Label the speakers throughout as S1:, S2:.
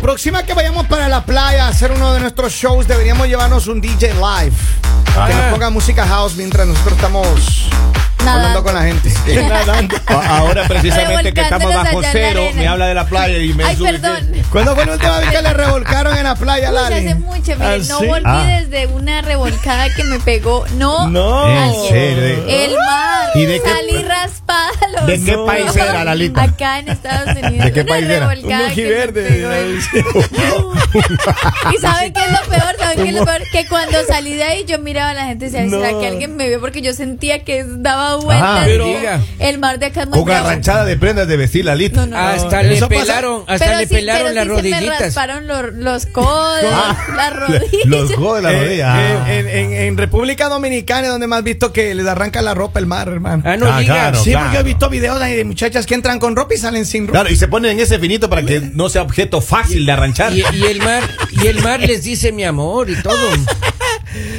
S1: próxima que vayamos para la playa a hacer uno de nuestros shows, deberíamos llevarnos un DJ live. Que nos ponga música house mientras nosotros estamos hablando
S2: Nadando.
S1: con la gente.
S3: A- Ahora precisamente que estamos
S2: Revolcándonos
S3: bajo
S2: allá en la
S3: cero,
S2: arena.
S3: me habla de la playa y me
S2: Ay,
S3: sube-
S2: perdón.
S1: ¿Cuándo fue la última vez que le revolcaron en la playa,
S2: Uy, hace
S1: Lali?
S2: mucho, miren,
S3: ¿Ah,
S2: no
S3: sí?
S2: volví
S4: Ah.
S2: desde una revolcada que me pegó. No,
S3: No.
S4: En serio.
S2: El mar.
S4: ¿Y de qué-
S2: Salí raspada. a los
S4: ¿De qué
S2: ojos.
S4: país era, Lalita?
S2: Acá en Estados Unidos.
S4: ¿De qué
S2: Una
S4: país era?
S2: revolcada
S3: Un
S2: que me
S3: ojiverde.
S2: pegó el- Y saben qué es lo peor, saben qué es lo peor, que cuando salí de ahí yo miraba a la gente y decía, ¿será
S3: No.
S2: que alguien me vio? Porque yo sentía que daba vueltas.
S4: Ajá.
S2: Pero
S5: Diga.
S2: el mar de acá es muy
S4: Con
S2: bravo.
S4: arranchada de prendas de vestir, Lalita.
S2: No, no, no.
S5: Hasta le
S1: Eso pasa-
S5: pelaron, hasta
S2: Pero
S5: le
S2: sí-
S5: pelaron
S2: pero
S5: las
S2: sí Se me
S5: rodillitas.
S2: rasparon los, los codos,
S1: Ah,
S2: las rodillas.
S4: Los codos de la
S1: Eh,
S4: rodilla. Ah.
S1: en, en- en- en República Dominicana es donde más visto que les arranca la ropa el mar, hermano.
S5: Ah, no
S4: Ah,
S5: diga.
S4: claro.
S1: sí, porque he visto videos de, de muchachas que entran con ropa y salen sin ropa.
S4: Claro, y se ponen en ese finito para que no sea objeto fácil de arranchar.
S5: Y, y el mar, y el mar les dice mi amor y todo.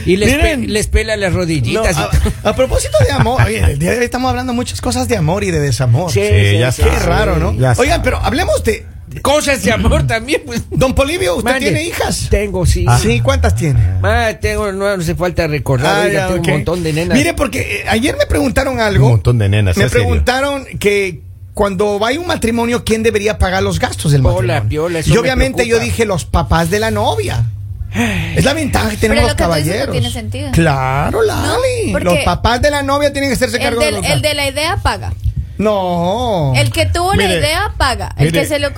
S5: Y les, pe-
S1: Miren.
S5: les pela las
S1: No, ah,
S5: rodillitas. y
S1: a,
S5: todo.
S1: a propósito de amor, oye, el día de hoy estamos hablando muchas cosas de amor y de desamor.
S5: Sí,
S4: Sí, ya
S1: Qué
S4: está.
S1: raro, ¿no?
S4: Ya está.
S1: Oigan, pero hablemos de.
S5: Cosas de amor también, pues.
S1: Don Polivio, ¿usted
S5: Mande.
S1: tiene hijas? Ah.
S5: Tengo, sí.
S4: Ah.
S1: Sí, ¿cuántas tiene?
S5: Ah, tengo, no hace falta recordar,
S1: Ah,
S5: oiga,
S1: ya,
S5: tengo
S1: ok.
S5: un montón de nenas.
S1: Mire, porque eh, ayer me preguntaron algo.
S4: Un montón de nenas,
S1: Me
S4: sea serio.
S1: preguntaron que cuando hay un matrimonio, ¿quién debería pagar los gastos del
S5: Hola,
S1: matrimonio?
S5: piola, eso
S1: y
S5: me
S1: obviamente yo
S5: preocupa.
S1: dije los papás de la novia. Es la ventaja que tenemos
S2: Pero
S1: los
S2: lo que tú dices no
S1: caballeros.
S2: tiene sentido.
S1: Claro, Lali.
S2: porque-
S1: los papás de la novia tienen que hacerse
S2: El,
S1: cargo
S2: del-
S1: de los Oh.
S2: el
S1: gastos.
S2: de la idea paga.
S1: No.
S2: El que tuvo la
S4: Mire,
S2: idea paga. El
S4: mire.
S2: que se lo.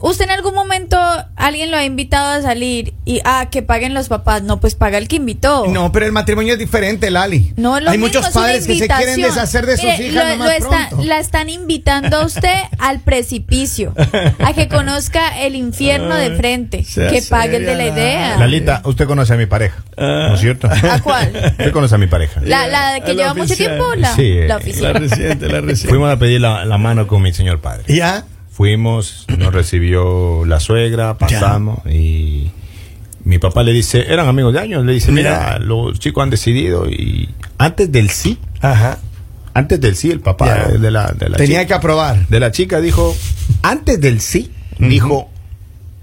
S2: Usted en algún momento alguien lo ha invitado a salir y ah que paguen los papás. No, pues paga el que invitó.
S1: No, pero el matrimonio es diferente, Lali.
S2: No, es lo
S1: Hay
S2: mismo,
S1: muchos
S2: es una
S1: padres que se
S2: invitación.
S1: quieren deshacer de sus
S2: Mire,
S1: hijas
S2: lo-
S1: lo, más
S2: lo está-
S1: pronto.
S2: La están invitando a usted al precipicio, a que conozca el infierno de frente,
S1: sea
S2: que pague el de la
S1: seria,
S2: idea.
S4: Lalita, usted conoce a mi pareja, ¿no es cierto?
S2: ¿A cuál?
S4: Usted conoce a mi pareja.
S2: La, la de que lleva mucho tiempo, la,
S4: Sí, eh,
S2: la oficina.
S1: reciente, la
S4: Fuimos a pedir la, la mano con mi señor padre.
S1: ¿Ya?
S4: Fuimos, nos recibió la suegra, pasamos y mi papá le dice, eran amigos de años, le dice, mira, los chicos han decidido y antes del sí,
S1: Ajá.
S4: antes del sí, el papá
S1: Ya.
S4: de la, de la
S1: Tenía que
S4: chica,
S1: aprobar.
S4: de la chica dijo, antes del sí, dijo,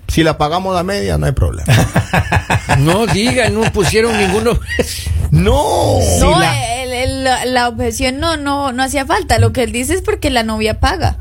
S4: si la pagamos a media no hay problema.
S5: No digan, no pusieron ninguno.
S1: No.
S2: No,
S1: Si la-
S2: el- el- la, la objeción no, no, no hacía falta. Lo que él dice es porque la novia paga.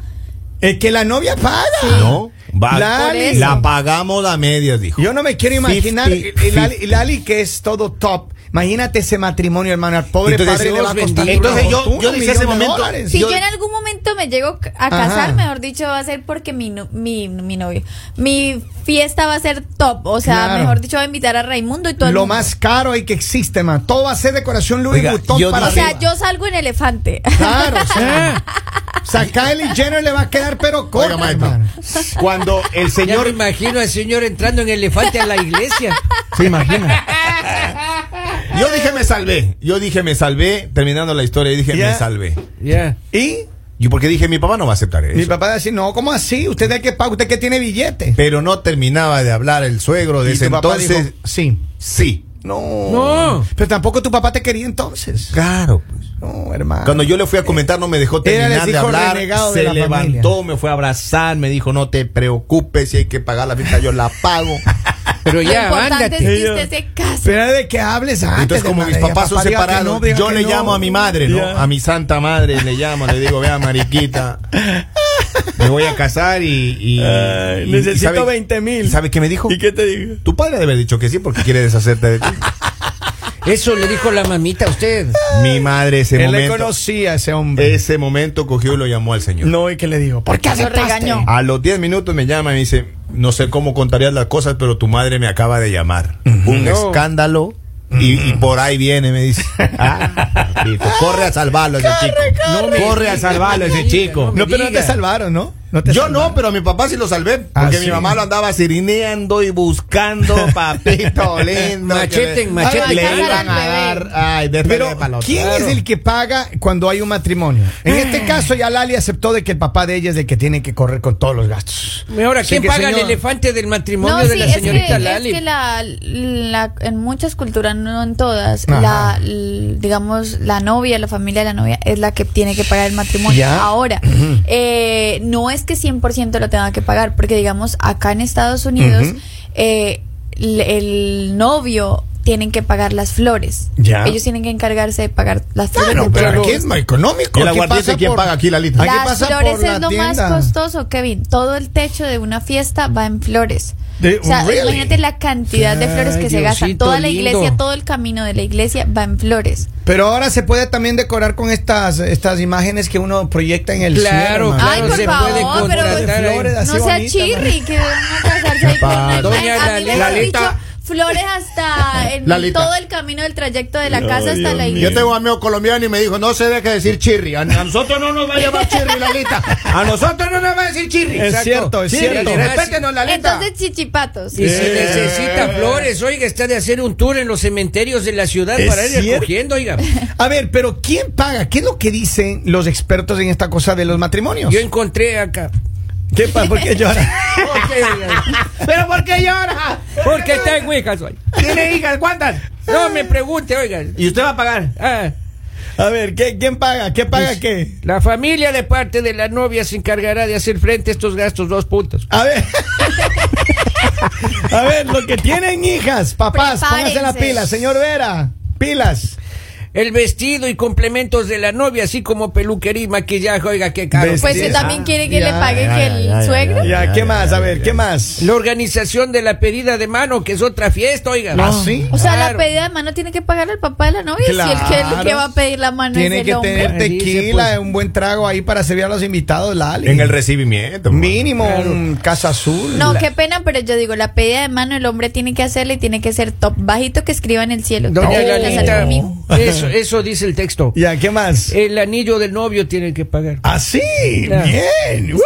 S1: Es que la novia paga.
S4: No, va-
S2: Por
S1: Lali.
S2: eso.
S4: la pagamos a media, dijo.
S1: Yo no me quiero imaginar.
S4: 50,
S1: el- el Lali, el Lali, que es todo top. Imagínate ese matrimonio, hermano. Al pobre
S4: Entonces,
S1: padre le va a
S5: Dios
S1: costar.
S5: bendito.
S1: una
S4: Entonces, yo-
S1: fortuna,
S4: yo
S1: un
S4: dije ese
S1: millón de
S4: momento,
S1: dólares.
S2: Si yo,
S4: Yo-
S2: en algún momento me llego a casar,
S1: Ajá.
S2: mejor dicho, va a ser porque mi, no- mi, mi novio, mi fiesta va a ser top. O sea,
S1: Claro.
S2: mejor dicho, va a invitar a Raimundo y todo el
S1: Lo
S2: mundo.
S1: más caro y que existe, man. Todo va a ser decoración Louis
S4: Oiga,
S1: Vuitton
S4: yo
S1: para
S2: O sea,
S1: arriba.
S2: yo salgo en elefante.
S1: Claro, o sea, o sea, Kylie Jenner le va a quedar pero corta,
S4: Oiga, maestro,
S1: hermano.
S4: cuando el
S5: Ya me
S4: señor
S5: imagino al señor entrando en elefante a la iglesia.
S1: ¿Se imagina?
S4: Yo dije me salvé. Yo dije me salvé. Terminando la historia, y dije
S1: Ya.
S4: me salvé.
S5: Ya.
S1: Y
S4: Yo porque dije mi papá no va a aceptar eso.
S1: mi papá va a decir, no, ¿cómo así? Usted es el que paga, usted que tiene billete.
S4: Pero no terminaba de hablar el suegro de
S1: Y
S4: ese
S1: tu papá
S4: entonces.
S1: dijo, sí.
S4: Sí.
S1: No.
S5: No.
S1: Pero tampoco tu papá te quería entonces.
S4: Claro. pues.
S1: No, hermano.
S4: Cuando yo le fui a comentar, no me dejó
S1: Ah. Era el
S4: terminar de
S1: hijo
S4: hablar.
S1: renegado de
S4: se
S1: la
S4: levantó,
S1: familia.
S4: me fue a abrazar, me dijo, no te preocupes, si hay que pagar la fiesta, yo la pago.
S2: Lo
S5: Pero ya,
S2: importante es
S5: ándate.
S2: que usted se case.
S1: Espera de que hables Ah, antes.
S4: Entonces, como mis
S1: hermano,
S4: papás
S1: ya,
S4: son
S1: papá, diga que
S4: separados,
S1: no, diga
S4: yo
S1: que
S4: le
S1: no.
S4: llamo a mi madre, ¿no?
S1: Ya.
S4: A mi santa madre le llamo, le digo, vea, mariquita, me voy a casar y... y-
S1: Ay,
S4: y-
S1: necesito
S4: y sabe-
S1: 20.000.
S4: ¿y ¿Sabe qué me dijo?
S1: te digo?
S4: Tu padre debe haber dicho que sí porque quiere deshacerte de ti.
S5: Eso le dijo la mamita a usted.
S4: Mi madre ese
S1: Él le
S4: momento.
S1: conocía a ese hombre.
S4: Ese momento cogió y lo llamó al señor.
S1: No, ¿y qué le digo? ¿Por qué
S2: Lo
S1: aceptaste?
S2: regañó.
S4: A los 10 minutos me llama y me dice, no sé cómo contarías las cosas, pero tu madre me acaba de llamar. Un
S5: No.
S4: escándalo. Y, y por ahí viene, me dice. Ah, papito, corre a salvarlo ese chico.
S5: corre. No me
S4: Corre a
S5: diga,
S4: salvarlo
S5: no
S4: ese
S5: me diga,
S4: chico.
S5: no me
S1: No, pero no te
S5: Diga.
S1: salvaron, ¿no? No te
S4: Yo
S1: salvaron.
S4: no, pero a mi papá sí lo salvé. Porque
S1: Ah,
S4: mi
S1: sí.
S4: mamá lo andaba sirineando y buscando, papito lindo.
S5: Machete en
S4: que
S5: machete.
S4: Ay,
S2: Ay,
S4: Le
S2: cásala
S4: iban
S2: al
S4: a
S2: bebé.
S4: dar. Ay, de
S1: Pero,
S4: pele palo.
S1: ¿quién
S5: Claro.
S1: es el que paga cuando hay un matrimonio? En
S4: Ah.
S1: este caso, ya Lali aceptó de que el papá de ella es el que tiene que correr con todos los gastos.
S5: Ahora,
S1: Sí,
S5: ¿quién
S1: que
S5: paga el
S1: señor.
S5: elefante del matrimonio
S2: No,
S5: de
S2: sí,
S5: la
S2: es que,
S5: señorita
S2: es
S5: Lali?
S2: que la, la- en muchas culturas, no en todas,
S1: Ajá.
S2: la, l- digamos, la novia, la familia de la novia es la que tiene que pagar el matrimonio.
S1: Ya.
S2: Ahora, eh, no es que 100% lo tenga que pagar, porque digamos, acá en Estados Unidos,
S1: Ujú.
S2: eh, el, el novio tienen que pagar las flores.
S1: Ya.
S2: Ellos tienen que encargarse de pagar las flores.
S1: Claro,
S2: del
S1: pero
S2: pueblo.
S1: aquí es más económico.
S4: ¿Y el
S1: Aquí
S4: aguardiente
S1: pasa
S4: quién
S1: por-
S4: paga aquí, Lalita?
S1: aquí
S2: Las
S1: pasa por
S2: flores
S1: la
S2: es lo
S1: tienda.
S2: más costoso, Kevin. Todo el techo de una fiesta va en flores.
S1: De-
S2: o sea,
S1: really?
S2: imagínate la cantidad de flores que
S5: Ay,
S2: se gastan.
S5: Diosito
S2: Toda la
S5: lindo.
S2: iglesia, todo el camino de la iglesia va en flores.
S1: Pero ahora se puede también decorar con estas, estas imágenes que uno proyecta en el
S5: Claro,
S1: cielo.
S5: claro,
S2: Ay, por
S5: se puede
S2: favor, pero-
S5: contratar. ahí.
S1: Flores, Así
S2: no sea
S1: bonita,
S2: chirri, que van a casarse ahí con
S4: Epa,
S2: una-
S5: doña
S2: A mí me
S5: Lalita.
S2: han dicho flores hasta en
S4: Lalita.
S2: todo el camino del trayecto de la casa hasta la iglesia.
S4: Yo tengo un amigo colombiano y me dijo, no se deje decir chirri. A a nosotros no nos va a llamar chirri, Lalita. A nosotros no nos va a decir chirri.
S1: Es cierto, es cierto.
S4: Y Respétenos, Lalita.
S2: Entonces, chichipatos.
S5: Y si necesita flores, oiga, está de hacer un tour en los cementerios de la ciudad
S1: Es
S5: para ir
S1: cierto.
S5: recogiendo, oiga.
S2: pues-
S1: A ver, pero ¿quién paga? ¿Qué es lo que dicen los expertos en esta cosa de los matrimonios?
S5: Yo encontré acá.
S1: ¿Qué pasa? ¿Por qué llora?
S4: ¿Pero por qué llora?
S5: Porque está en Huicas, oiga.
S4: ¿Tiene hijas? ¿Cuántas?
S5: No me pregunte, oiga.
S4: ¿Y usted va a pagar?
S5: Ah,
S1: A ver, ¿qué- ¿quién paga? ¿Qué
S4: Pues-
S1: paga qué?
S5: la familia de parte de la novia se encargará de hacer frente a estos gastos dos puntos.
S1: A ver. A ver, los que tienen hijas, papás, pónganse las
S2: Prepárense.
S1: pilas, señor Vera. Pilas.
S5: El vestido y complementos de la novia, así como peluquería y maquillaje, oiga, qué caro.
S1: Vestido.
S2: Pues que también quiere que
S1: Ya,
S2: le pague
S4: ya,
S2: que el
S4: ya, ya, ya.
S2: suegro.
S1: Ya, ¿qué más? A ver, ¿qué más?
S5: La organización de la pedida de mano, que es otra fiesta, oiga.
S1: ¿Ah, sí?
S2: O sea,
S5: Claro.
S2: la pedida de mano tiene que pagar el papá de la novia. Si el que, el que
S1: Claro.
S2: va a pedir la mano
S1: Tiene
S2: es
S1: que
S2: el hombre.
S1: tener
S5: Ahí dice,
S1: tequila,
S5: pues.
S1: un buen trago ahí para servir a los invitados, Lali.
S4: En el recibimiento. man.
S1: mínimo un casa azul.
S2: No, qué pena, pero yo digo, la pedida de mano el hombre tiene que hacerla y tiene que ser top bajito que escriba en el cielo.
S5: Doña
S2: Tiene que casar
S5: Lalita,
S2: conmigo.
S5: eso, eso dice el texto.
S1: Ya, ¿qué
S4: Eh.
S1: más?
S5: El anillo del novio tiene que pagar.
S1: Así,
S5: Claro.
S1: bien. ¡Woohoo!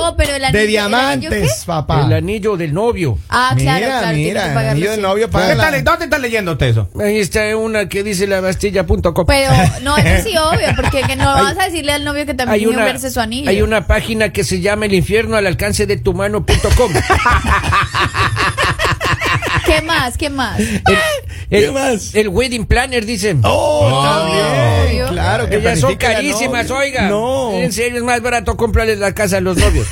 S2: No, pero el anillo-
S1: De
S2: ¿el anillo qué?
S1: diamantes, papá.
S5: El anillo del novio.
S2: Ah, claro,
S1: mira,
S2: claro. tiene que
S1: mira,
S2: pagarlo,
S1: anillo de
S2: sí.
S1: novio
S4: ¿Qué
S1: paga
S4: está
S1: la-
S4: le- ¿Dónde está leyendo usted eso?
S5: Ahí está una que dice la bastilla.com.
S2: Pero, no, eso sí, obvio, porque que no
S5: Hay-
S2: vas a decirle al novio que también
S5: Hay
S2: quiere
S5: una,
S2: verse su anillo.
S5: hay una página que se llama el infierno al alcance de tu mano.com.
S2: ¿Qué más? ¿Qué más?
S1: ¿Qué más?
S5: El wedding planner dice.
S1: Oh, también.
S2: Obvio.
S1: Claro, que
S5: Ellas son
S1: planifica la
S5: carísimas,
S1: novia.
S5: oiga.
S1: No.
S5: En serio, es más barato comprarles la casa a los novios.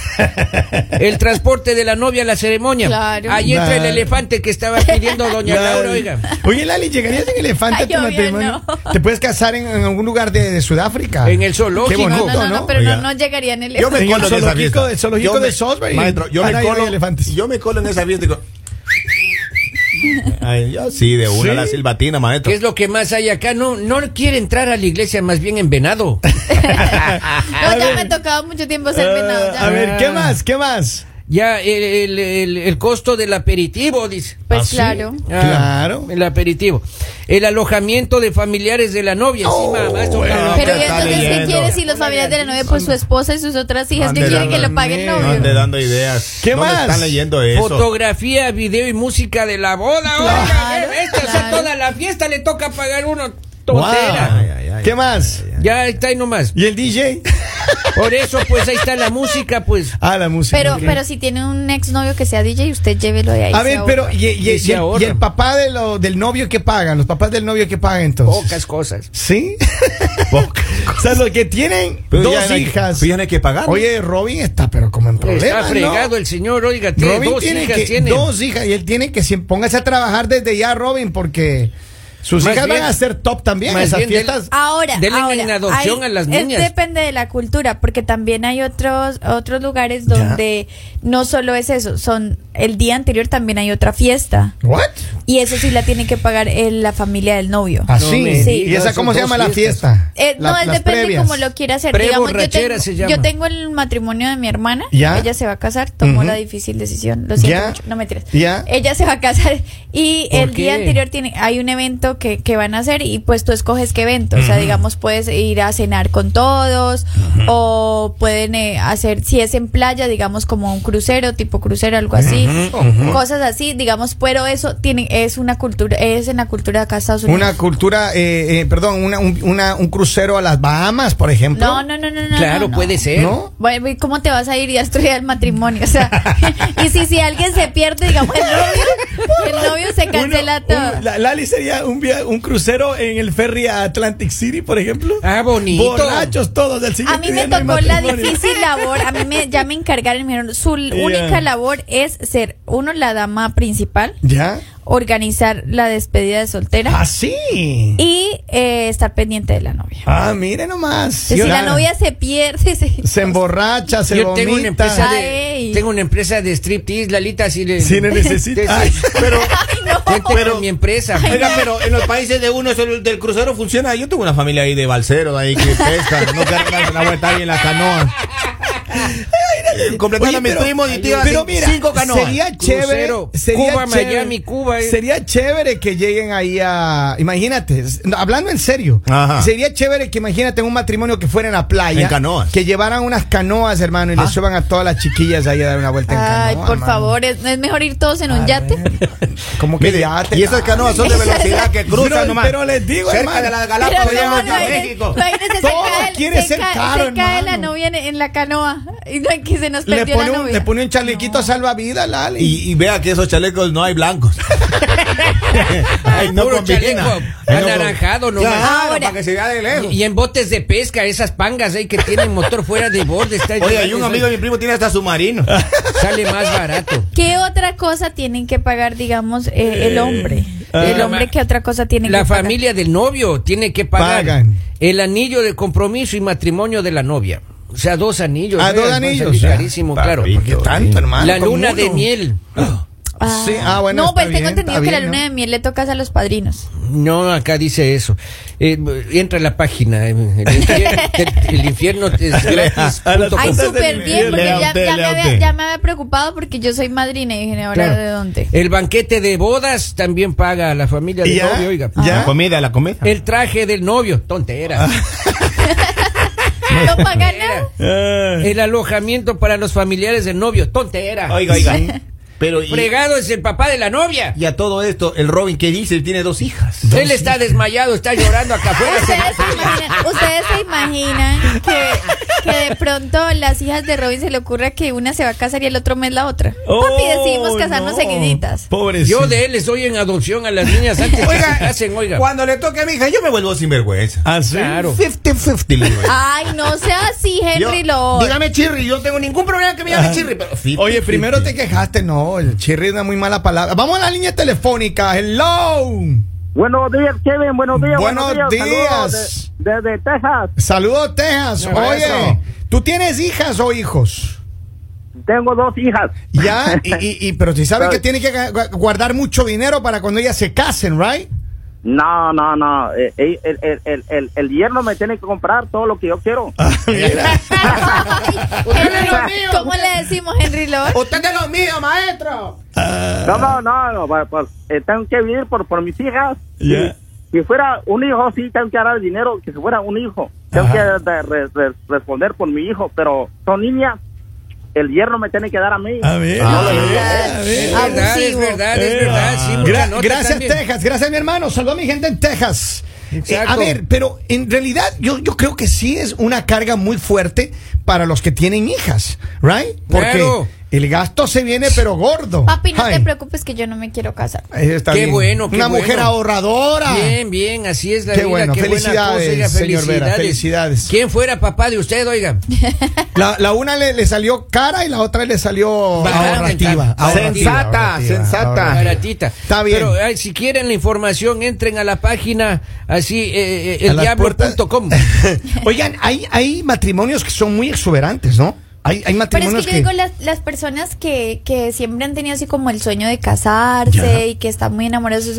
S5: el transporte de la novia a la ceremonia.
S2: Claro.
S5: Ahí entra el
S1: Claro.
S5: elefante que estaba pidiendo doña
S1: Lali.
S5: Laura, oiga.
S1: Oye, Lali, ¿llegarías en elefante a
S2: Ay,
S1: tu
S2: obvio,
S1: matrimonio?
S2: no.
S1: ¿Te puedes casar en, en algún lugar de, de Sudáfrica?
S5: En el zoológico.
S1: Qué bonito,
S2: no, no, no,
S1: ¿no?
S2: pero no,
S4: Oiga.
S2: no llegaría en el
S4: Yo me
S1: En el
S4: colo en esa
S1: zoológico-
S4: fiesta.
S1: el zoológico
S4: Yo me-
S1: de Salisbury.
S4: Maestro, yo
S1: Ah,
S4: me
S1: ahí
S4: colo
S1: hay elefantes.
S4: Yo me colo en esa fiesta y digo, Ay, yo sí, de una
S1: ¿Sí?
S4: la silbatina, maestro.
S5: ¿Qué es lo que más hay acá? No, no quiere entrar a la iglesia, más bien en venado.
S2: No, ya me ha tocado mucho tiempo ser venado.
S1: Ah,
S2: ya.
S1: a ver, ¿qué más? ¿Qué más?
S5: Ya el, el- el- el costo del aperitivo, dice.
S2: Pues
S1: ¿Ah, sí?
S2: claro.
S5: Ah,
S1: Claro.
S5: El aperitivo. El alojamiento de familiares de la novia.
S1: Oh,
S5: sí, mamá, eso,
S4: bueno.
S5: claro.
S2: Pero
S4: ¿qué
S2: ¿y
S4: está
S2: entonces qué
S4: leyendo?
S2: quiere si los familiares de la novia, pues su esposa y sus otras hijas, que
S4: Ande
S2: quieren que
S4: dando-
S2: lo pague el
S4: No ande
S2: novio?
S4: dando ideas.
S1: ¿Qué
S4: ¿Dónde
S1: más?
S4: están leyendo eso?
S5: Fotografía, video y música de la boda. eh,
S2: Claro,
S5: oiga, esta, o sea,
S2: claro.
S5: toda la fiesta le toca pagar uno.
S1: Wow.
S5: Tontera.
S4: ay, ay,
S1: ¿Qué
S4: ay,
S1: más?
S5: Ya está ahí nomás.
S1: ¿Y el DJ?
S5: Por eso, pues ahí está la música, pues.
S1: Ah, la música.
S2: Pero,
S1: Ok.
S2: pero si tiene un exnovio que sea DJ, usted llévelo de ahí.
S1: A
S2: se
S1: ver,
S2: ahorra.
S1: pero ¿y, y- y-
S5: Y se
S1: y el,
S5: ahorra.
S1: y el papá de lo- del novio que pagan? ¿Los papás del novio que pagan entonces?
S5: Pocas cosas.
S1: ¿Sí? o sea, los que tienen
S4: Pero ya
S1: dos
S4: no hay-
S1: hijas.
S4: pero ya no hay que pagar.
S1: Oye, Robin está pero como en problemas,
S5: Está
S1: ¿no?
S5: fregado el señor, oiga, tiene
S1: Robin
S5: dos
S1: tiene
S5: hijas,
S1: que,
S5: tiene.
S1: dos hijas y él tiene que si- póngase a trabajar desde ya, Robin, porque sus
S5: Más
S1: hijas
S5: bien-
S1: van a ser top también en
S5: más
S1: esas
S5: bien del-
S1: fiestas.
S2: Ahora,
S5: Denle
S2: ahora,
S5: en adopción
S2: hay-
S5: a las
S2: es-
S5: niñas.
S2: depende de la cultura, porque también hay otros otros lugares donde no solo es eso, son el día anterior también hay otra fiesta
S1: What?
S2: y eso sí la tiene que pagar eh, la familia del novio.
S1: Así.
S5: me
S2: Sí.
S1: ¿Y
S5: digas,
S1: esa cómo
S5: son
S1: se
S5: dos
S1: llama la
S5: fiestas.
S1: fiesta?
S2: Eh,
S1: La-
S2: no, es
S1: las
S2: depende
S1: previas.
S2: como lo quiera hacer.
S5: Pre-
S2: Digamos, yo
S5: borrachera
S2: tengo,
S5: se llama.
S2: yo tengo el matrimonio de mi hermana.
S1: Ya.
S2: Ella se va a casar. Tomó
S1: Ujú.
S2: la difícil decisión. Lo siento
S1: Ya.
S2: mucho. No mentiras.
S1: Ya.
S2: Ella se va a casar. Y
S5: ¿Por
S2: el día
S5: qué?
S2: anterior tiene, hay un evento que, que van a hacer y pues tú escoges qué evento. O sea, digamos, puedes ir a cenar con todos o pueden eh, hacer, si es en playa, digamos, como un crucero, tipo crucero, algo así. así, cosas así, digamos, pero eso tiene, es una cultura, es en la cultura de acá de Estados Unidos.
S1: Una cultura, eh, eh, perdón, una, un, una- un crucero a las Bahamas, por ejemplo.
S2: no, no, no, no, no.
S5: claro,
S2: no, no.
S5: puede ser.
S1: ¿No?
S2: Bueno, ¿y ¿Cómo te vas a ir y a estudiar el matrimonio? O sea, y si, si alguien se pierde, digamos, el novio, el novio se cancela
S6: Uno-
S2: todo.
S6: un- la- Lali sería un, via- un crucero en el ferry a Atlantic City, por ejemplo.
S5: Ah, bonito.
S6: Borrachos todos del
S2: A
S6: siguiente
S2: mí me
S6: día no hay
S2: tocó la
S6: matrimonio.
S2: difícil labor, a mí me, ya me encargaron, y me dijeron, su
S6: Yeah.
S2: única labor es ser, uno, la dama principal,
S1: ¿Ya? Ah,
S2: organizar la despedida de soltera
S6: Ah,
S1: Así.
S2: y eh, estar pendiente de la novia.
S1: Ah, mire nomás.
S2: Que si la
S1: Yo-
S2: novia se pierde, se-
S1: Se emborracha, se
S5: Yo
S1: vomita.
S5: tengo una empresa de, Ah,
S2: Ay.
S5: tengo una empresa de striptease, Lalita, si le
S6: Si no
S5: Te-
S6: necesita. Ay,
S4: Pero,
S2: Ay, no.
S5: cuente con mi empresa.
S4: oiga, pero en los países de uno eso del crucero funciona. Yo tengo una familia ahí de balseros ahí que pescan, no cargan la vuelta ahí en la canoa. Completando
S6: Oye,
S4: a mis
S6: pero-
S4: primos y tías.
S6: pero
S4: así,
S6: mira,
S4: cinco canoas.
S1: Sería chévere.
S5: Crucero,
S1: sería
S5: Cuba,
S1: chévere-
S5: Miami, Cuba, eh.
S1: Sería chévere que lleguen ahí a. Imagínate, s- no, hablando en serio.
S4: Ajá.
S1: Sería chévere que imagínate un matrimonio que fuera en la playa.
S4: En canoas.
S1: Que llevaran unas canoas, hermano, y les suban a todas las chiquillas ahí a dar una vuelta en canoa.
S2: Ay, por
S1: mano.
S2: favor, ¿es, es mejor ir todos en un yate.
S1: Como que
S4: Mire,
S1: ya te-
S4: y esas canoas son de velocidad que cruzan
S6: Pero-
S4: nomás.
S6: pero les digo,
S4: cerca
S6: hermano.
S4: de las
S2: Pero,
S4: Galápagos
S2: hermano,
S4: llegan hasta
S5: eh,
S2: imagínese-
S4: México.
S2: imagínese, se
S1: Todo
S2: cae el-
S1: quiere
S2: se
S1: ser
S2: cae-
S1: caro,
S2: se cae la
S1: hermano.
S2: novia en, en la canoa y no, que se nos
S1: le
S2: perdió
S1: pone,
S2: la
S1: un,
S2: novia.
S1: le pone un chalequito salvavidas, Lali.
S4: Y, y vea que esos chalecos no hay blancos. Ay,
S5: Puro
S4: combina.
S5: chaleco
S4: Ay, no
S5: anaranjado
S4: combina.
S5: nomás.
S4: Claro,
S2: Ahora.
S4: para que se vea de lejos.
S5: Y en botes de pesca, esas pangas ahí que tienen motor fuera de borde. está-
S4: Oye, hay un amigo de mi primo tiene hasta submarino.
S5: Sale más barato.
S2: ¿Qué otra cosa tienen que pagar, digamos, eh, el hombre?
S5: ah.
S2: el hombre, ¿qué otra cosa tiene
S5: La
S2: que pagar?
S5: familia del novio tiene que pagar
S1: Pagan.
S5: el anillo de compromiso y matrimonio de la novia. O sea, dos anillos. ¿eh?
S1: Ah,
S5: oiga,
S1: dos
S5: va a salir
S1: anillos, Ah, ya.
S5: Carísimo, claro.
S4: Papito,
S1: ¿Qué tanto, hermano?
S5: La
S1: Con
S5: luna de
S1: uno.
S5: miel.
S2: Ah.
S1: Sí, ah, bueno,
S2: no,
S1: está
S2: pues tengo
S1: bien,
S2: entendido
S1: está
S2: que la
S1: bien,
S2: luna
S1: ¿no?
S2: de miel le tocas a los padrinos.
S5: No, acá dice eso. Eh, entra a la página. eh, El infierno, el, el infierno es gratis.
S1: Ah,
S6: A
S1: pues,
S6: las
S2: Ay,
S6: cosas
S2: súper
S6: del
S2: bien,
S6: infierno.
S2: porque
S4: Lea
S2: ya,
S4: usted,
S2: ya me
S4: lea
S2: había,
S4: usted.
S2: ya me había preocupado porque yo soy madrina y dije, ¿ahora
S5: Claro. Eh,
S2: de dónde?
S5: El banquete de bodas también paga a la familia del
S1: ¿Y ya?
S5: novio, oiga.
S1: ¿Ya?
S4: La comida, la comida.
S5: El traje del novio, tontera.
S1: Ah.
S2: Ah, ¿No paga nada?
S4: Eh.
S6: Ay.
S5: El alojamiento para los familiares del novio, tontera.
S4: Oiga, oiga. Pero y,
S5: Fregado es el papá de la novia.
S4: y a todo esto, el Robin que dice, tiene dos hijas.
S5: Él está desmayado, está llorando acá afuera.
S2: ¿Ustedes se, imaginan, ustedes se imaginan que, que de pronto las hijas de Robin se le ocurra que una se va a casar y el otro mes la otra? Papi, decidimos
S6: Oh,
S2: casarnos
S6: no.
S2: seguiditas.
S6: Pobrecito.
S5: Yo de él les doy en adopción a las niñas antes que se casen, oiga.
S4: Cuando le toque a mi hija, yo me vuelvo sinvergüenza.
S6: ¿Ah, sí?
S5: Claro.
S4: 50-50, le digo yo.
S2: Ay, no sea así,
S4: Yo-
S2: Henry Lord. Ah.
S4: Dígame Chirri, yo no tengo ningún problema que me llame Chirri. Pero
S1: Oye, primero te quejaste, no, el chirri es una muy mala palabra. Vamos a la línea telefónica, hello.
S7: Buenos días, Kevin. Buenos días.
S1: Buenos días.
S7: Saludos de- Desde Texas.
S1: Saludos, Texas.
S5: Eso.
S1: Oye, ¿tú tienes hijas o hijos?
S7: Tengo dos hijas.
S1: Ya, y, y- y- pero si sabes
S7: Claro.
S1: que tiene que gu- guardar mucho dinero para cuando ellas se casen, ¿right?
S7: No, no, no. Eh, eh, El, el, el, el- el yerno me tiene que comprar todo lo que yo quiero.
S2: Henry, ¿Cómo le decimos, Henry Lord?
S1: Oh,
S4: Usted es lo mío, maestro.
S7: No, no, no. no, pues, pues, eh, tengo que vivir por, por mis hijas.
S6: Ya.
S7: Si fuera un hijo, sí, tengo que dar el dinero. Que si fuera un hijo, tengo que eh, de- re- re- responder por mi hijo. Pero son niñas. El yerno me tiene que dar a mí.
S6: A ver.
S7: Ah,
S6: a ver,
S2: ya.
S6: a ver.
S5: Es verdad, es
S2: Abusivo.
S5: verdad, es
S6: Eh,
S5: verdad.
S6: ah.
S5: sí, mucha
S1: Gra-
S5: nota
S1: gracias,
S5: también.
S1: Texas. Gracias, mi hermano. Saludos a mi gente en Texas. Eh,
S5: Exacto.
S1: a ver, pero en realidad yo, yo creo que sí es una carga muy fuerte para los que tienen hijas, ¿right? Porque
S5: Claro.
S1: el gasto se viene, pero gordo.
S2: Papi, no te
S1: Ay,
S2: preocupes que yo no me quiero casar.
S1: eh, está
S5: Qué
S1: bien.
S5: bueno, qué
S1: Una
S5: bueno.
S1: mujer ahorradora.
S5: Bien, bien, así es la
S1: Qué
S5: vida.
S1: bueno,
S5: buena
S1: felicidades,
S5: cosa, oiga,
S1: señor Vera, felicidades.
S5: ¿Quién fuera papá de usted, oiga?
S1: La, la una le, le salió cara y la otra le salió
S5: Barata,
S1: ahorrativa,
S5: encanta.
S1: ahorrativa,
S4: Sensata,
S1: ahorrativa,
S4: sensata.
S1: ahorrativa.
S5: Baratita.
S1: Está bien.
S5: Pero ay, si quieren la información, entren a la página así, eh, eh,
S1: A las
S5: eldiablo.com.
S1: Oigan, hay, hay matrimonios que son muy exuberantes, ¿no? Hay, hay
S2: Pero es que
S1: matrimonios
S2: yo digo, las, las personas que, que siempre han tenido así como el sueño de casarse
S1: Ya.
S2: y que están muy enamorados, es,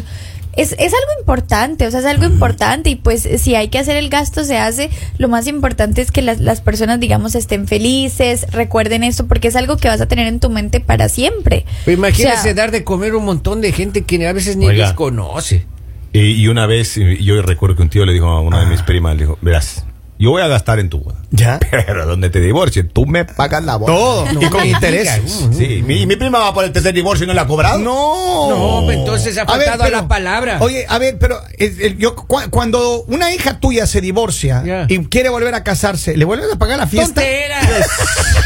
S2: es es algo importante, o sea, es algo importante y pues si hay que hacer el gasto se hace, lo más importante es que las, las personas, digamos, estén felices, recuerden esto, porque es algo que vas a tener en tu mente para siempre.
S5: Pero Pues imagínese
S2: O sea,
S5: dar de comer un montón de gente que a veces ni
S4: Oiga.
S5: les conoce.
S4: Ah. Y, y una vez, y yo recuerdo que un tío le dijo a una de mis primas, le dijo, verás, yo voy a gastar en tu boda.
S6: Ya.
S4: Pero donde te divorcien, tú me pagas la boda.
S1: Todo.
S5: No
S1: y con
S5: me
S1: intereses.
S5: digas.
S4: Sí, mi, mi prima va por el tercer divorcio y Uh, no la ha cobrado.
S1: No.
S5: No, pero entonces ha
S1: ver,
S5: faltado a
S1: pero-
S5: la palabra.
S1: Oye, a ver, pero eh, eh, yo, cu- cuando una hija tuya se divorcia
S5: Ya.
S1: y quiere volver a casarse, ¿le vuelves a pagar la fiesta?
S5: ¡Tontera!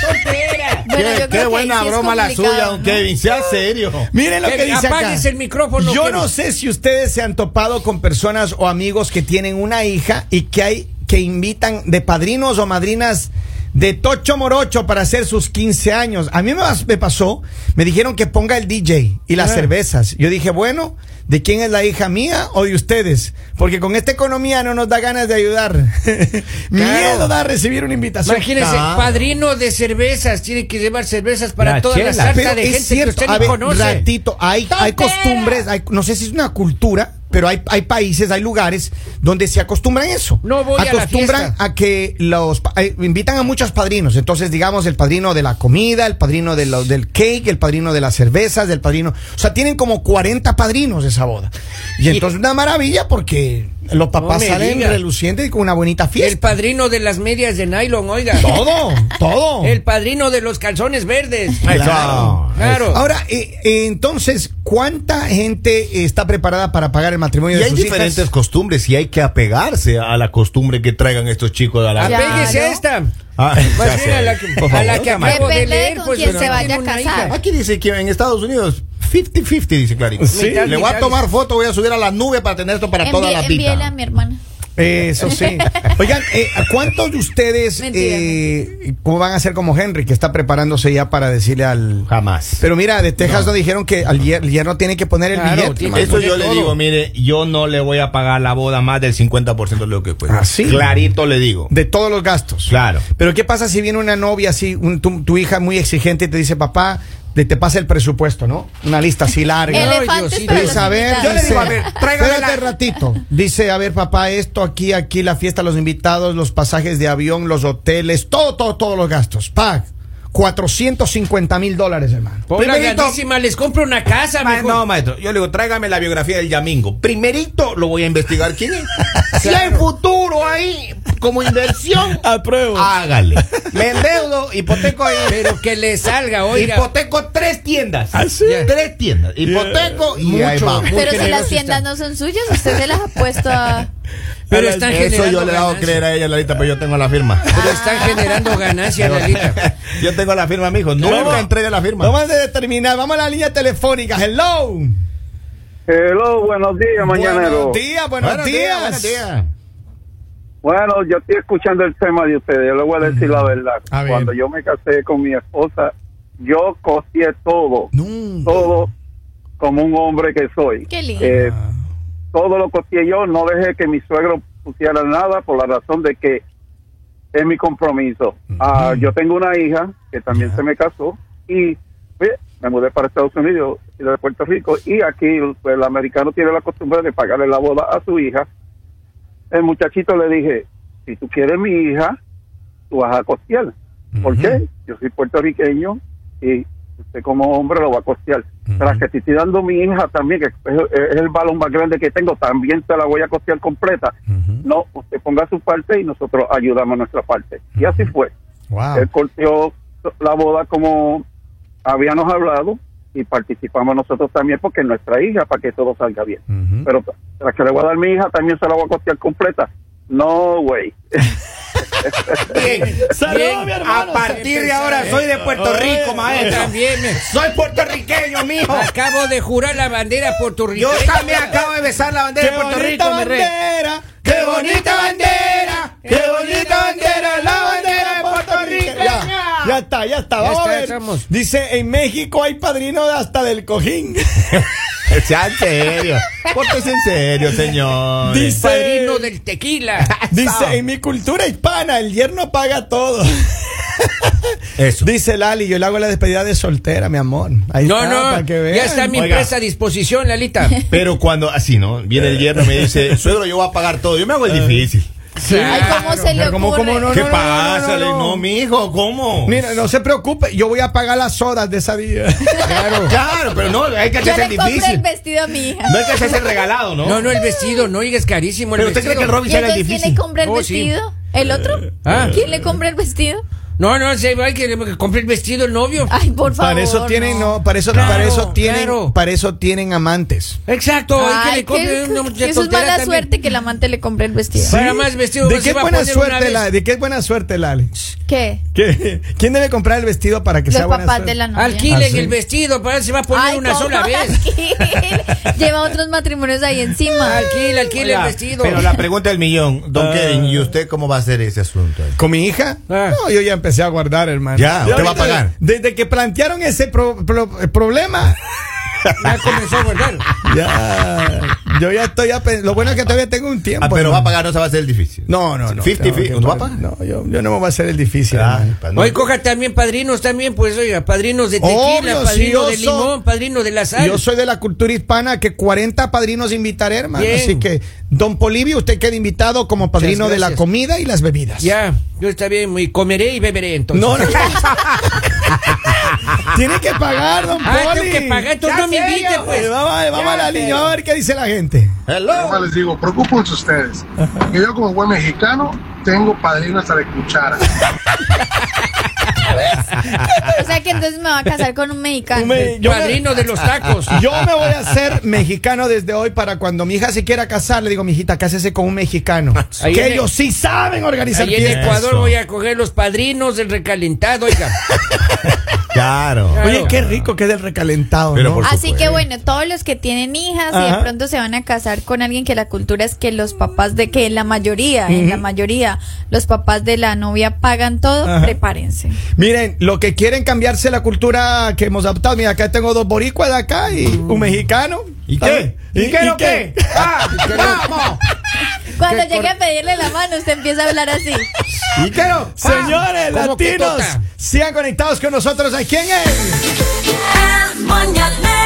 S5: ¡Tontera!
S2: Bueno, yo
S4: qué qué
S2: creo que ahí
S4: buena
S2: sí es
S4: broma la
S2: complicado,
S4: suya, don
S2: ¿no?
S4: Kevin. Sea serio.
S1: Miren lo
S5: Eh,
S1: que dice acá.
S5: apáguese el micrófono,
S1: Yo
S5: que-
S1: no sé si ustedes se han topado con personas o amigos que tienen una hija y que hay que invitan de padrinos o madrinas de Tocho Morocho para hacer sus 15 años. A mí me, pas- me pasó, me dijeron que ponga el DJ y
S5: Ah.
S1: las cervezas. Yo dije, bueno, ¿de quién es la hija mía o de ustedes? Porque con esta economía no nos da ganas de ayudar. Miedo da recibir una invitación.
S5: Imagínense,
S1: Ah.
S5: padrino de cervezas, tiene que llevar cervezas para
S4: La
S5: toda
S4: chela.
S5: la sarta
S1: Pero
S5: de
S1: es
S5: gente
S1: cierto,
S5: que usted
S1: a
S5: no
S1: ver,
S5: conoce.
S1: ratito, hay, hay
S2: ¡Tontera!
S1: costumbres, hay- no sé si es una cultura, pero hay, hay países, hay lugares donde se acostumbran eso.
S5: No voy a la
S1: acostumbran
S5: fiesta.
S1: a que los pa- eh, invitan a muchos padrinos, entonces digamos el padrino de la comida, el padrino de lo- del cake, el padrino de las cervezas, del padrino, o sea, tienen como 40 padrinos esa boda. Y entonces una maravilla porque los papás
S5: me
S1: salen
S5: diga.
S1: relucientes y con una bonita
S5: El
S1: fiesta.
S5: padrino de las medias de nylon, oiga.
S1: todo, todo.
S5: El padrino de los calzones verdes.
S4: Eso.
S5: Claro.
S1: Ahora, eh, eh, entonces, ¿cuánta gente está preparada para pagar el matrimonio
S4: Y
S1: de
S4: hay
S1: sus
S4: diferentes
S1: hijas?
S4: costumbres y hay que apegarse a la costumbre que traigan estos chicos a la
S2: Ya. Pues
S5: Apéguese a
S2: Claro.
S5: esta.
S4: Ah,
S5: Más
S4: ya
S5: bien a
S4: sé.
S5: la que,
S4: Por
S5: a
S4: favor.
S5: la que acabo de
S2: Depende de
S5: leer.
S2: con
S5: pues,
S2: quién
S5: pero
S2: se
S5: no
S2: vaya
S5: tiene
S2: a
S5: una
S2: casar.
S5: hija.
S4: Aquí dice que en Estados Unidos 50-50, dice Clarín.
S5: Sí.
S4: Le voy a tomar foto, voy a subir a la nube para tener esto para toda
S2: Envié-
S4: la
S2: envíele a
S4: vida.
S2: mi hermana.
S1: Eso sí. Oigan, eh, ¿a ¿cuántos de ustedes
S2: Mentira,
S1: eh, cómo van a ser como Henry, que está preparándose ya para decirle al...
S4: Jamás.
S1: Pero mira, de Texas no, dijeron que al hier- el yerno tiene que poner el
S5: Claro,
S1: billete.
S5: tiene-
S1: hermano.
S4: Eso yo le
S5: todo.
S4: digo, mire, yo no le voy a pagar la boda más del 50% de lo que cuesta.
S1: ¿Ah, sí?
S4: Clarito le digo.
S1: De todos los gastos.
S4: Claro.
S1: Pero ¿qué pasa si viene una novia así, un- tu, tu hija muy exigente y te dice, papá, te, te pasa el presupuesto, ¿no? Una lista así larga.
S5: El-
S2: Elefantes
S5: Diosito.
S2: para
S1: Dice,
S2: los
S1: a ver,
S2: invitados.
S1: yo le digo, a ver,
S5: tráigame
S1: espérate
S5: la-
S1: ratito. Dice, a ver, papá, esto aquí, aquí, la fiesta, los invitados, los pasajes de avión, los hoteles, todo, todo, todos los gastos. Pac, 450 mil dólares, hermano.
S5: Por la
S4: Primerito.
S5: grandísima, les compro una casa,
S4: Ma-
S5: mejor.
S4: no, maestro, yo le digo, tráigame la biografía del Yamingo. Primerito lo voy a investigar quién es. Si hay futuro ahí, como inversión,
S6: Apruebo.
S4: hágale. Me endeudo, hipoteco
S1: eh,
S4: ahí.
S5: Pero que le salga, oiga.
S4: Hipoteco tres tiendas.
S6: ¿Ah, sí?
S4: Tres tiendas. Hipoteco y ahí
S1: Mucho.
S4: vamos.
S2: Pero si
S5: generoso
S2: las tiendas no son suyas, usted se las ha puesto a...
S5: Pero están
S4: Eso
S5: generando
S4: yo le he dado a
S5: ganancia.
S4: creer a ella, Larita, pero yo tengo la firma.
S5: Pero están generando ganancias, Lalita.
S4: yo tengo la firma, mijo.
S1: Vamos.
S4: Nunca entregue la firma.
S1: Vamos a determinar, vamos a la línea telefónica. Hello.
S7: Hello, buenos días, mañanero.
S1: Buenos días, buenos, días.
S4: buenos días.
S7: Bueno, yo estoy escuchando el tema de ustedes. Yo le voy a decir la verdad.
S1: A ver.
S7: Cuando yo me casé con mi esposa, yo cocié todo.
S1: No.
S7: Todo como un hombre que soy.
S2: Qué lindo.
S7: Eh,
S1: Ah.
S7: todo lo cocié yo. No dejé que mi suegro pusiera nada por la razón de que es mi compromiso. Ah, yo tengo una hija que también se me casó y pues, me mudé para Estados Unidos y de Puerto Rico y aquí pues, el americano tiene la costumbre de pagarle la boda a su hija. El muchachito le dije, si tú quieres mi hija, tú vas a costear. ¿Por qué? Yo soy puertorriqueño y usted como hombre lo va a costear. Tras que te estoy dando mi hija también, que es, es el balón más grande que tengo, también te la voy a costear completa. No, usted ponga su parte y nosotros ayudamos nuestra parte. Y así fue.
S1: Wow.
S7: Él corteó la boda como habíamos hablado y participamos nosotros también porque es nuestra hija para que todo salga bien. Pero tras que le voy a dar mi hija, también se la voy a costear completa. No, güey.
S4: Bien.
S6: Saludos, mi hermano.
S4: A partir de ahora soy de Puerto Rico,
S5: ¿Eh? Yo
S4: maestro.
S5: también me-
S4: Soy puertorriqueño, mijo.
S5: acabo de jurar la bandera
S4: Yo
S5: puertorriqueña.
S4: también acabo de besar la bandera de Puerto Rico, mi rey.
S1: bandera.
S4: ¡Qué bonita bandera! ¡Qué bonita bandera! ¡La bandera de Puerto Rico!
S1: Ya, ya está, ya está.
S5: Ya
S1: Vamos
S5: está,
S1: a ver.
S5: estamos.
S1: Dice, en México hay padrino hasta del cojín.
S4: Sea en serio. Pórtese en serio, señor.
S1: Dice-
S5: Padrino del tequila.
S1: Dice, en mi cultura hispana, el yerno paga todo.
S4: Eso.
S1: Dice Lali, yo le hago la despedida de soltera, mi amor. Ahí
S5: No,
S1: está,
S5: no,
S1: para que vean.
S5: ya está mi
S4: Oiga.
S5: empresa a disposición, Lalita.
S4: Pero cuando, así, ¿no? Viene el yerno y me dice, suegro, yo voy a pagar todo. Yo me hago el difícil.
S2: Ay, ¿cómo se le
S1: Pero ¿cómo-
S2: ocurre?
S1: cómo Eh. no?
S4: ¿Qué pasa?
S1: no,
S4: No,
S1: no, no.
S4: mijo, ¿cómo?
S1: Mira, no se preocupe, yo voy a pagar las sodas de esa día.
S5: Claro.
S4: Claro, pero no, hay que
S2: Yo
S4: hacerse el
S2: le compré el
S4: difícil.
S2: vestido a mi hija.
S4: No hay que hacerse el regalado, ¿no?
S5: No, no, el vestido, no, oiga, es carísimo el
S4: Pero usted cree
S5: vestido.
S4: que el Robin
S2: ¿Y
S4: sale el
S2: entonces quién le
S4: difícil.
S2: compra el
S5: Oh, sí.
S2: vestido? ¿El otro?
S5: Ah.
S2: ¿Quién le compra el vestido?
S5: No, no, se va que le compre el vestido el novio.
S2: Ay, por favor.
S1: Para eso tienen,
S2: no.
S1: no, para eso, para
S5: Claro,
S1: eso tienen,
S5: claro.
S1: para eso tienen amantes.
S5: Exacto, hay que
S2: Ay,
S5: le compre
S2: qué-
S5: una
S2: que
S5: muchacha
S2: eso es
S5: soltera
S2: mala
S5: también.
S2: suerte que el amante le compre el vestido.
S5: Para más vestido
S1: ¿De
S5: no
S1: qué
S5: se va a
S1: buena
S5: poner una
S1: suerte
S5: vez.
S1: la, de qué buena suerte la Alex?
S2: ¿Qué?
S1: ¿Qué? ¿Quién debe comprar el vestido para que
S2: Los
S1: sea buena
S2: papás
S1: suerte?
S2: de la novia.
S5: Alquilen
S1: Ah, sí.
S5: el vestido, para se va a poner
S2: Ay,
S5: una
S2: ¿cómo
S5: sola vez.
S2: alquil? Lleva otros matrimonios ahí encima.
S5: Alquila, alquila el
S4: Oiga,
S5: vestido.
S4: Pero la pregunta del millón, don
S6: Ah.
S4: Kevin, ¿y usted cómo va a hacer ese asunto? ahí?
S1: ¿Con mi hija?
S5: Ah.
S1: No, yo ya empecé a guardar, hermano.
S4: Ya,
S1: Yo
S4: usted va a
S1: ahorita-
S4: pagar.
S1: Desde que plantearon ese pro- pro- problema,
S5: Ya comenzó a guardar.
S1: Ah, ya, yo ya estoy, a pe- lo bueno es que todavía tengo un tiempo.
S4: Ah, pero
S1: Pues ¿no?
S4: va a pagar, no se va a hacer el difícil.
S1: No, no, no.
S4: 50,
S1: tengo que
S4: 50, ¿va a pagar?
S1: No, pues yo, yo no me voy a hacer el difícil.
S4: Ah,
S1: hermano.
S4: pa- no.
S5: Hoy coja también padrinos también, pues oiga, padrinos de
S1: Obvio,
S5: tequila,
S1: sí,
S5: padrino
S1: yo
S5: de
S1: soy-
S5: limón, padrino de la sal.
S1: Yo soy de la cultura hispana que 40 padrinos invitaré, hermano.
S5: Bien.
S1: Así que, don Polivio, usted queda invitado como padrino de la
S5: gracias.
S1: comida y las bebidas.
S5: Ya, yo está bien, y comeré y beberé entonces.
S1: No, no. Tiene que pagar, don
S5: Ah,
S1: Poli.
S5: tengo que pagar, entonces
S1: Ya
S5: no me
S1: sé
S5: invite,
S1: yo.
S5: pues.
S1: Vamos, vamos a la niña, a ver qué dice la gente.
S8: Además les digo, preocupense ustedes. Que yo como buen mexicano tengo padrino hasta de cuchara.
S2: O sea que entonces me va a casar con un mexicano.
S1: Me- yo, me,
S5: padrino de los tacos.
S1: yo me voy a hacer mexicano desde hoy para cuando mi hija se quiera casar, le digo, mijita, cásese con un mexicano.
S5: Ahí
S1: que
S5: en-
S1: ellos sí saben organizar
S5: Ahí en
S1: fiestas.
S5: Ecuador
S4: Eso.
S5: voy a coger los padrinos del recalentado, oiga.
S4: Claro.
S5: Claro.
S1: Oye, qué rico que es el recalentado,
S4: Pero
S1: ¿no?
S4: por
S2: Así que
S4: supuesto.
S2: bueno, todos los que tienen hijas y
S1: Ajá.
S2: de pronto se van a casar con alguien que la cultura es que los papás de que la mayoría, en la mayoría, los papás de la novia pagan todo,
S1: Ajá.
S2: prepárense.
S1: Miren, lo que quieren cambiarse la cultura que hemos adoptado. Mira, acá tengo dos boricuas de acá y un mexicano.
S4: ¿Y qué?
S1: Mm. ¿Y, qué? no qué? Ah,
S2: Cuando llegue a pedirle la mano, usted empieza a hablar así.
S1: ¿Y qué no? Señores
S5: ¿Cómo que
S1: latinos,
S5: toca?
S1: sigan conectados con nosotros. ¿A quién es?
S9: El mañanero